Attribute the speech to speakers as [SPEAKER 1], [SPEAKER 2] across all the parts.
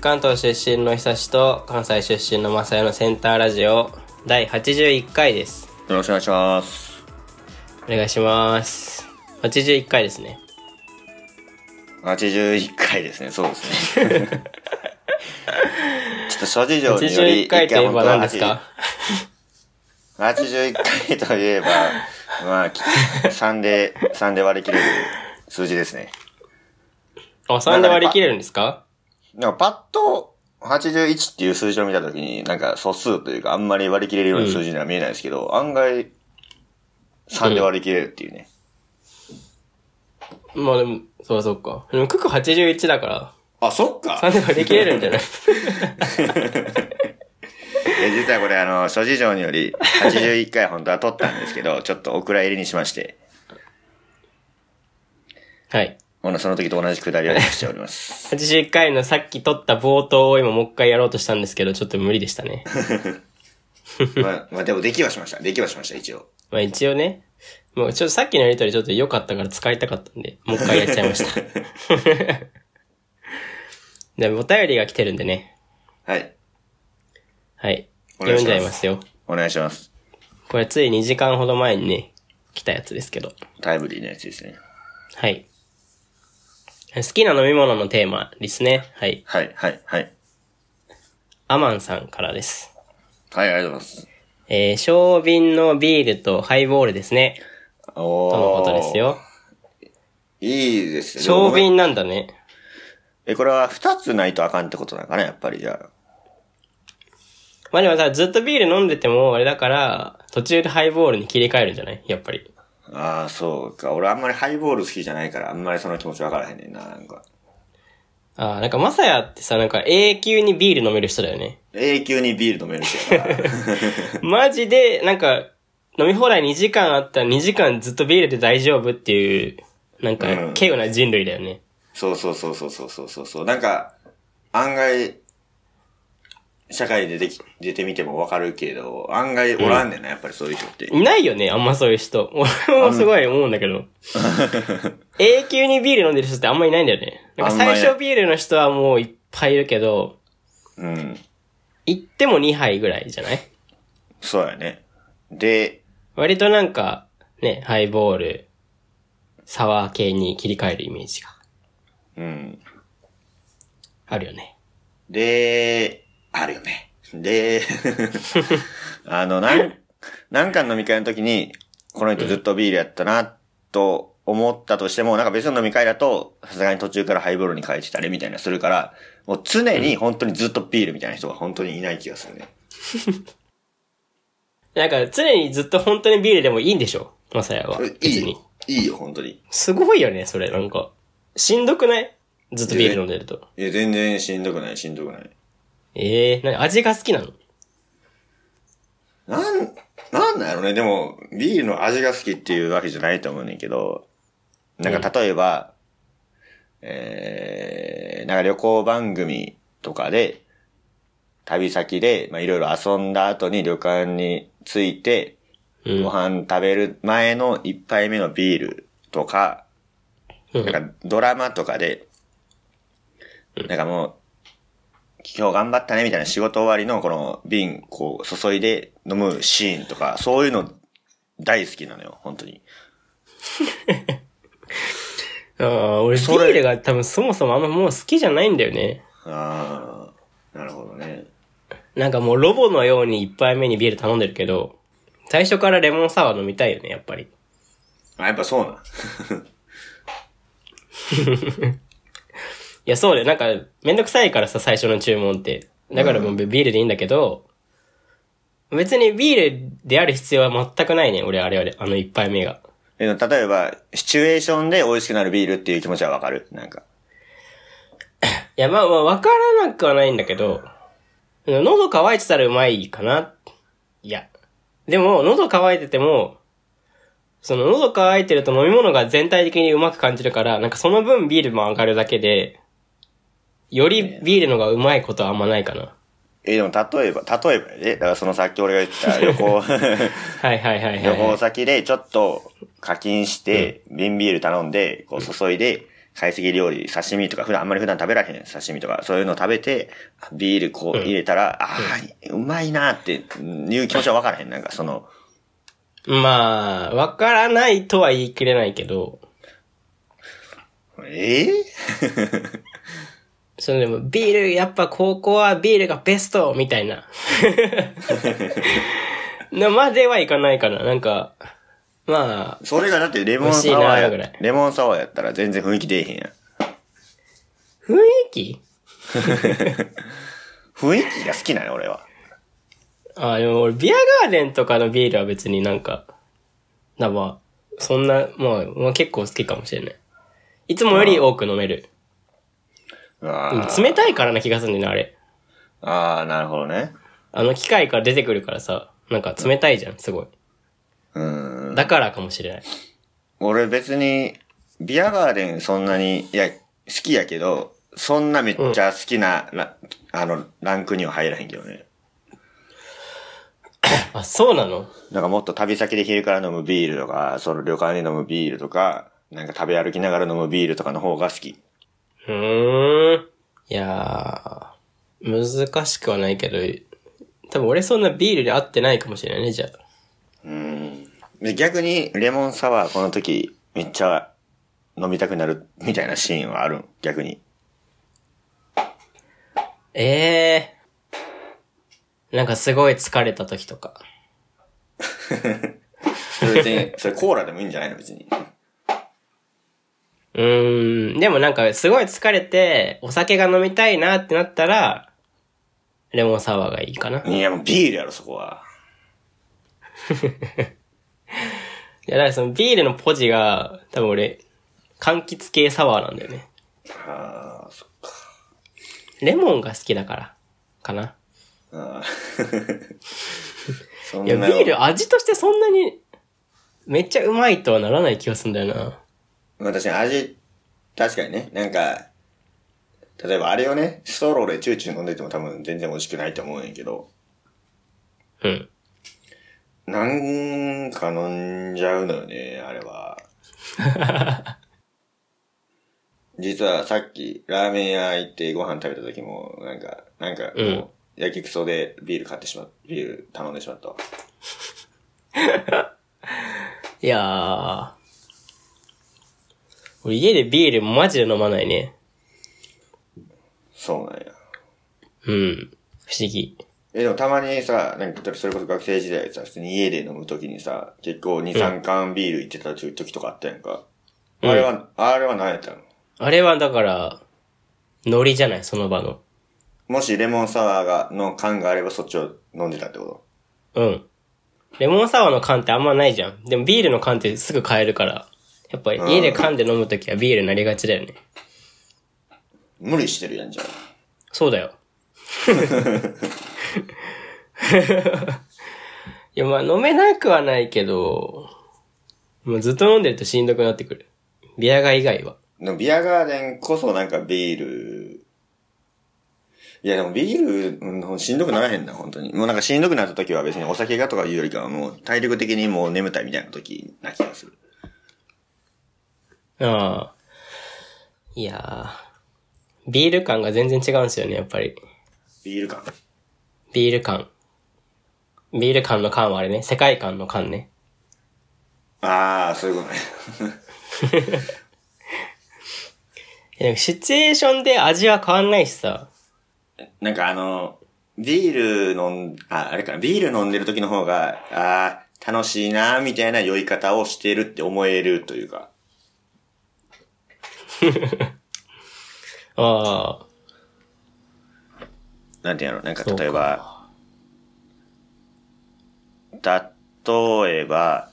[SPEAKER 1] 関東出身の久しと関西出身の正代のセンターラジオ第81回です
[SPEAKER 2] よろしくお願いします。
[SPEAKER 1] お願いします81回ですね
[SPEAKER 2] 81回ですね、そうですね。 ちょっと諸事情により、
[SPEAKER 1] 81回といえば何ですか
[SPEAKER 2] ?81 回といえば、 まあき、3で、3で割り切れる数字ですね。
[SPEAKER 1] あ3で割り切れるんですか
[SPEAKER 2] なんかパッと、81っていう数字を見たときに、なんか素数というか、あんまり割り切れるような数字には見えないですけど、案外、3で割り切れるっていうね。
[SPEAKER 1] まあでもそうそうかでも九九81だから
[SPEAKER 2] あ、そっか
[SPEAKER 1] 3で割り切れるんじゃ ない
[SPEAKER 2] え実はこれあの、諸事情により、81回本当は撮ったんですけど、ちょっとお蔵入りにしまして、
[SPEAKER 1] はい
[SPEAKER 2] ほなその時と同じくだりをしてお ります。
[SPEAKER 1] 81回のさっき撮った冒頭を今もう一回やろうとしたんですけどちょっと無理でしたね
[SPEAKER 2] まあ、まあでもできはしました。できはしました、一応。
[SPEAKER 1] まあ一応ねもうちょっとさっきのやりとりちょっと良かったから使いたかったんでもう一回やっちゃいました でお便りが来てるんでね
[SPEAKER 2] はい。
[SPEAKER 1] はい。
[SPEAKER 2] お願
[SPEAKER 1] 読
[SPEAKER 2] いします
[SPEAKER 1] んじゃいますよ。
[SPEAKER 2] お願いします。
[SPEAKER 1] これつい2時間ほど前にね、来たやつですけど。
[SPEAKER 2] タイムリーなやつですね。
[SPEAKER 1] はい。好きな飲み物のテーマですね。はい。
[SPEAKER 2] はい、はい、はい。
[SPEAKER 1] アマンさんからです。
[SPEAKER 2] はい、ありがとうございます。
[SPEAKER 1] えー、小瓶のビールとハイボールですね。
[SPEAKER 2] おー。
[SPEAKER 1] とのことです。よ。
[SPEAKER 2] いいですね。
[SPEAKER 1] 小
[SPEAKER 2] でもごめん
[SPEAKER 1] 瓶なんだね。
[SPEAKER 2] え、これは2つないとあかんってことなのかな、やっぱりじゃ
[SPEAKER 1] まあでもさ、ずっとビール飲んでても、あれだから、途中でハイボールに切り替えるんじゃないやっぱり。
[SPEAKER 2] あ。ああ、そうか。俺あんまりハイボール好きじゃないから、あんまりその気持ちわからへんねんな、なんか。
[SPEAKER 1] ああ、なんかまさやってさ、なんか永久にビール飲める人だよ ね。
[SPEAKER 2] 永久にビール飲める人やから。
[SPEAKER 1] マジで、なんか、飲み放題2時間あったら2時間ずっとビールで大丈夫っていう、なんか
[SPEAKER 2] う、ん
[SPEAKER 1] 稀有な人類だよね。
[SPEAKER 2] そうそうそうそうそうそうそうそう。なんか、案外、社会ででき、出てみてもわかるけど、案外おらんねんな、やっぱりそういう人って。
[SPEAKER 1] いないよね、あんまそういう人。 俺もすごい思うんだけ ど。永久にビール飲んでる人ってあんまいないんだよね。なんか
[SPEAKER 2] あんまい
[SPEAKER 1] 最
[SPEAKER 2] ない
[SPEAKER 1] 初ビールの人はもういっぱいいるけど、
[SPEAKER 2] うん。
[SPEAKER 1] 行っても2杯ぐらいじゃない
[SPEAKER 2] そうやね。で、
[SPEAKER 1] 割となんか、ね、ハイボール、サワー系に切り替えるイメージが
[SPEAKER 2] うん。
[SPEAKER 1] あるよね。
[SPEAKER 2] で、あるよね。 で、あの、なん、なんかの飲み会の時に、この人ずっとビールやったな、と思ったとしても、なんか別の飲み会だと、さすがに途中からハイボールに変えてたりみたいなするから、もう常に本当にずっとビールみたいな人が本当にいない気がするね。
[SPEAKER 1] なんか常にずっと本当にビールでもいいんでしょマサヤは。
[SPEAKER 2] い
[SPEAKER 1] 別
[SPEAKER 2] い
[SPEAKER 1] に
[SPEAKER 2] よ。。いいよ、本当に。
[SPEAKER 1] すごいよね、それ、なんか。しんどくないずっとビール飲んでると。
[SPEAKER 2] いや、全然しんどくない、しんどくない。
[SPEAKER 1] ええー、な味が好きなの
[SPEAKER 2] なん、なんだろうね。でも、ビールの味が好きっていうわけじゃないと思うねんけど、なんか例えば、えー、なんか旅行番組とかで、旅先で、まあ、いろいろ遊んだ後に旅館に着いて、
[SPEAKER 1] うん
[SPEAKER 2] ご飯食べる前の一杯目のビールとか、
[SPEAKER 1] うん。
[SPEAKER 2] なんかドラマとかで、なんかもう、今日頑張ったねみたいな仕事終わりのこの瓶こう注いで飲むシーンとか、そういうの大好きなのよ、本当に。
[SPEAKER 1] ああ、俺ビ
[SPEAKER 2] それ
[SPEAKER 1] ールが多分そもそもあんまもう好きじゃないんだよね。
[SPEAKER 2] ああ、なるほどね。
[SPEAKER 1] なんかもうロボのように一杯目にビール頼んでるけど、最初からレモンサワー飲みたいよね、やっぱり。
[SPEAKER 2] あ、やっぱそうなん。
[SPEAKER 1] いや、そうだよ。なんか、めんどくさいからさ、最初の注文って。だからもうビールでいいんだけど、別にビールである必要は全くないね、俺、あれあれ、あの一杯目が。
[SPEAKER 2] え例えば、シチュエーションで美味しくなるビールっていう気持ちはわかるなんか。
[SPEAKER 1] いや、まあまあ、わからなくはないんだけど、喉乾いてたらうまいかな。いや。でも、喉乾いてても、その喉乾いてると飲み物が全体的にうまく感じるから、なんかその分ビールも上がるだけで、よりビールのがうまいことはあんまないかな。
[SPEAKER 2] え、でも例えば、例えばやで、だからそのさっき俺が言った旅行、
[SPEAKER 1] はいはいはいはい
[SPEAKER 2] 旅
[SPEAKER 1] はい、
[SPEAKER 2] 行先でちょっと課金して、瓶ビール頼んで、こう注いで、懐石料理、刺身とか、普段、あんまり普段食べられへん刺身とか、そういうの食べて、ビールこう
[SPEAKER 1] うん
[SPEAKER 2] 入れたら、ああ、うまいなっていう気持ちは分からへん。なんかその、
[SPEAKER 1] まあ、わからないとは言い切れないけど、
[SPEAKER 2] ええ
[SPEAKER 1] そのでも、ビール、やっぱ高校はビールがベストみたいな。のまではいかないかな。なんか、まあ、
[SPEAKER 2] それがだってレモンサワ
[SPEAKER 1] 欲しいな
[SPEAKER 2] ー
[SPEAKER 1] ぐら
[SPEAKER 2] や
[SPEAKER 1] い、
[SPEAKER 2] レモンサワーやったら全然雰囲気出えへんやん。
[SPEAKER 1] 雰囲気
[SPEAKER 2] 雰囲気が好きなの俺は。
[SPEAKER 1] あ、でも俺、ビアガーデンとかのビールは別になんか、な、まあ、そんな、まあ、まあ、結構好きかもしれない。いつもより多く飲める。
[SPEAKER 2] うわ
[SPEAKER 1] でも
[SPEAKER 2] ー
[SPEAKER 1] 冷たいからな気がするんだよね、あれ。
[SPEAKER 2] ああ、なるほどね。
[SPEAKER 1] あの機械から出てくるからさ、なんか冷たいじゃん、すごい。
[SPEAKER 2] うん。
[SPEAKER 1] だからかもしれない。
[SPEAKER 2] 俺別に、ビアガーデンそんなに、いや、好きやけど、そんなめっちゃ好きな、ラあの、ランクには入らへんけどね。
[SPEAKER 1] あ、そうなの
[SPEAKER 2] なんかもっと旅先で昼から飲むビールとか、その旅館で飲むビールとか、なんか食べ歩きながら飲むビールとかの方が好き。
[SPEAKER 1] うーん。いやー、難しくはないけど、多分俺そんなビールに合ってないかもしれないね、じゃあ。
[SPEAKER 2] うん。で逆に、レモンサワーこの時、めっちゃ飲みたくなるみたいなシーンはあるん逆に。
[SPEAKER 1] ええー。なんかすごい疲れた時とか。
[SPEAKER 2] それ別 に、それコーラでもいいんじゃないの別に。
[SPEAKER 1] うーん。でもなんかすごい疲れて、お酒が飲みたいなってなったら、レモンサワーがいいかな。い
[SPEAKER 2] いや、もうビールやろ、そこは。
[SPEAKER 1] や、だからそのビールのポジが、多分俺、柑橘系サワーなんだよね。
[SPEAKER 2] ああ、そっか。
[SPEAKER 1] レモンが好きだから、かな。
[SPEAKER 2] あーそん
[SPEAKER 1] いや、ビール味としてそんなに、めっちゃうまいとはならない気がするんだよな。
[SPEAKER 2] まあ確かに味、確かにね、なんか、例えばあれをね、ストローでチューチュー飲んでても多分全然美味しくないと思うんやけど、
[SPEAKER 1] うん。
[SPEAKER 2] なんか飲んじゃうのよね、あれは。 実はさっき、ラーメン屋行ってご飯食べた時も、なんか、なんか、
[SPEAKER 1] うん
[SPEAKER 2] やけくそでビール買ってしまっビール頼んでしまったわ。
[SPEAKER 1] いやー。俺家でビールマジで飲まないね。
[SPEAKER 2] そうなんや。
[SPEAKER 1] うん。不思議。
[SPEAKER 2] え、でもたまにさ、なんか、それこそ学生時代さ、普通に家で飲むときにさ、結構2、3缶ビールいってた時とかあったやんか。
[SPEAKER 1] うん
[SPEAKER 2] あれは、あれは何やったの
[SPEAKER 1] あれはだから、ノリじゃない、その場の。
[SPEAKER 2] もしレモンサワーが、の缶があればそっちを飲んでたってこ
[SPEAKER 1] うん。レモンサワーの缶ってあんまないじゃん。でもビールの缶ってすぐ買えるから。やっぱり家で缶で飲むときはビールになりがちだよね。
[SPEAKER 2] と無理してるやんじゃん。
[SPEAKER 1] そうだよ。いや、まあ飲めなくはないけど、もうずっと飲んでるとしんどくなってくる。ビアガー以外は。
[SPEAKER 2] でもビアガーデンこそなんかビール、いやでもビール、うん、しんどくならへんな、本当に。もうなんかしんどくなった時は別にお酒がとかいうよりかはもう体力的にもう眠たいみたいな時な気がする。
[SPEAKER 1] ああ。いやー。ビール感が全然違うんですよね、やっぱり。
[SPEAKER 2] ビール感。
[SPEAKER 1] ビール感。ビール感の感はあれね。世界観の感ね。
[SPEAKER 2] ああ、そういうことね。
[SPEAKER 1] いやなんかシチュエーションで味は変わんないしさ。
[SPEAKER 2] なんかあの、ビール飲ん、あ、あれかな、ビール飲んでる時の方が、ああ、楽しいな、みたいな酔い方をしてるって思えるというか。
[SPEAKER 1] ああ。
[SPEAKER 2] なんていうのなんか
[SPEAKER 1] そうか
[SPEAKER 2] 例えば、例えば、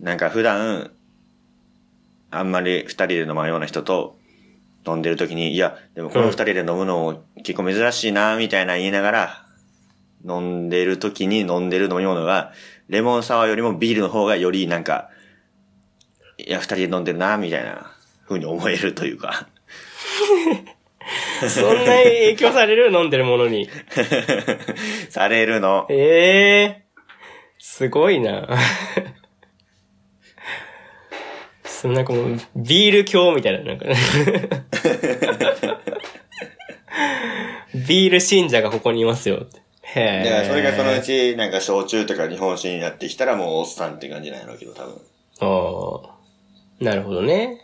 [SPEAKER 2] なんか普段、あんまり二人で飲まんような人と飲んでる時に、いや、でもこの二人で飲むの結構珍しいな、みたいな言いながら、飲んでる時に飲んでる飲み物が、レモンサワーよりもビールの方がよりなんか、いや、二人で飲んでるな、みたいな風に思えるというか。
[SPEAKER 1] そんな影響される飲んでるものに。
[SPEAKER 2] されるの。
[SPEAKER 1] ええすごいな。 そのなんかもう、ビール狂みたいな、なんかビール信者がここにいますよって。へえ。
[SPEAKER 2] だからそれがそのうち、なんか焼酎とか日本酒になってきたらもうおっさんって感じなんやろうけど、多分。
[SPEAKER 1] ああ。なるほどね。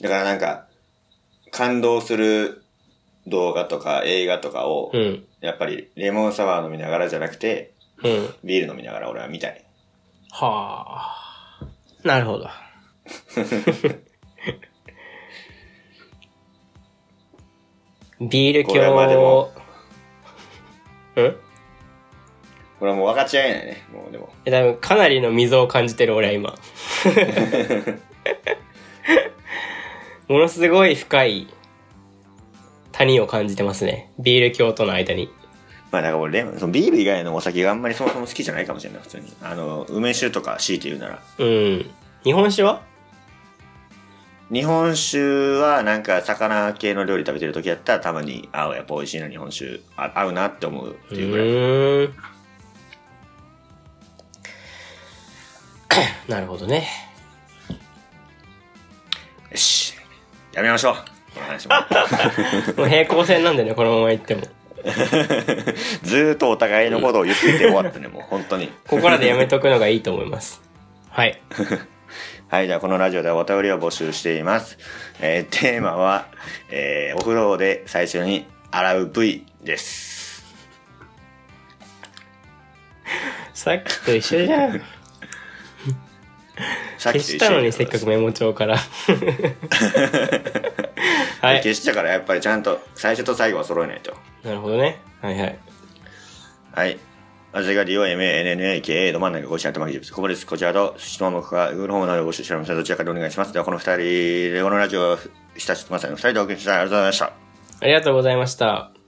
[SPEAKER 2] だからなんか、感動する動画とか映画とかを
[SPEAKER 1] う、ん。
[SPEAKER 2] やっぱりレモンサワー飲みながらじゃなくて、
[SPEAKER 1] うん。
[SPEAKER 2] ビール飲みながら俺は見たい。
[SPEAKER 1] はあ。なる ほど。ビール
[SPEAKER 2] これはまあで
[SPEAKER 1] 狂
[SPEAKER 2] も。
[SPEAKER 1] うん
[SPEAKER 2] これはもう分かち合えないね、もうでも。
[SPEAKER 1] え多分かなりの溝を感じてる俺は 今。ものすごい深い谷を感じてますね。ビール狂との間に。
[SPEAKER 2] まあだから俺レモン、そのビール以外のお酒があんまりそもそも好きじゃないかもしれない、普通に。あの、梅酒とか強いて言うなら。
[SPEAKER 1] うん。日本酒は
[SPEAKER 2] 日本酒はなんか魚系の料理食べてる時やったらたまに、ああ、やっぱ美味しいな、日本酒。あ合うなって思うっていうぐらい。
[SPEAKER 1] うーん なるほどね。
[SPEAKER 2] よし。やめましょう。この話も。
[SPEAKER 1] もう平行線なんでね、このまま行っても。
[SPEAKER 2] ずーっとお互いのことを言ってて終わったね、 もう本当に。
[SPEAKER 1] ここらでやめとくのがいいと思います。はい。
[SPEAKER 2] はい、じゃあこのラジオではお便りを募集しています。えーテーマは、えーお風呂で最初に洗う部位です。
[SPEAKER 1] さっきと一緒じゃん。
[SPEAKER 2] さ
[SPEAKER 1] 消
[SPEAKER 2] っきと一
[SPEAKER 1] し
[SPEAKER 2] 緒
[SPEAKER 1] たのにせ
[SPEAKER 2] とい
[SPEAKER 1] っ
[SPEAKER 2] う
[SPEAKER 1] か
[SPEAKER 2] ことです
[SPEAKER 1] くメモ帳 から。はい。
[SPEAKER 2] 消したからやっぱりちゃんと最初と最後は揃えないと。
[SPEAKER 1] なるほどね。はいはい。
[SPEAKER 2] はい。私が DOMANNAKA ど真ん中ご視聴あとまきじぶここです。こちらと質問もか Google ホームなどご視聴の皆さんどちらかでお願いします。ではこの二人でこのラジオを親しみません。二人でお送りしたい。ありがとうございました。
[SPEAKER 1] ありがとうございました。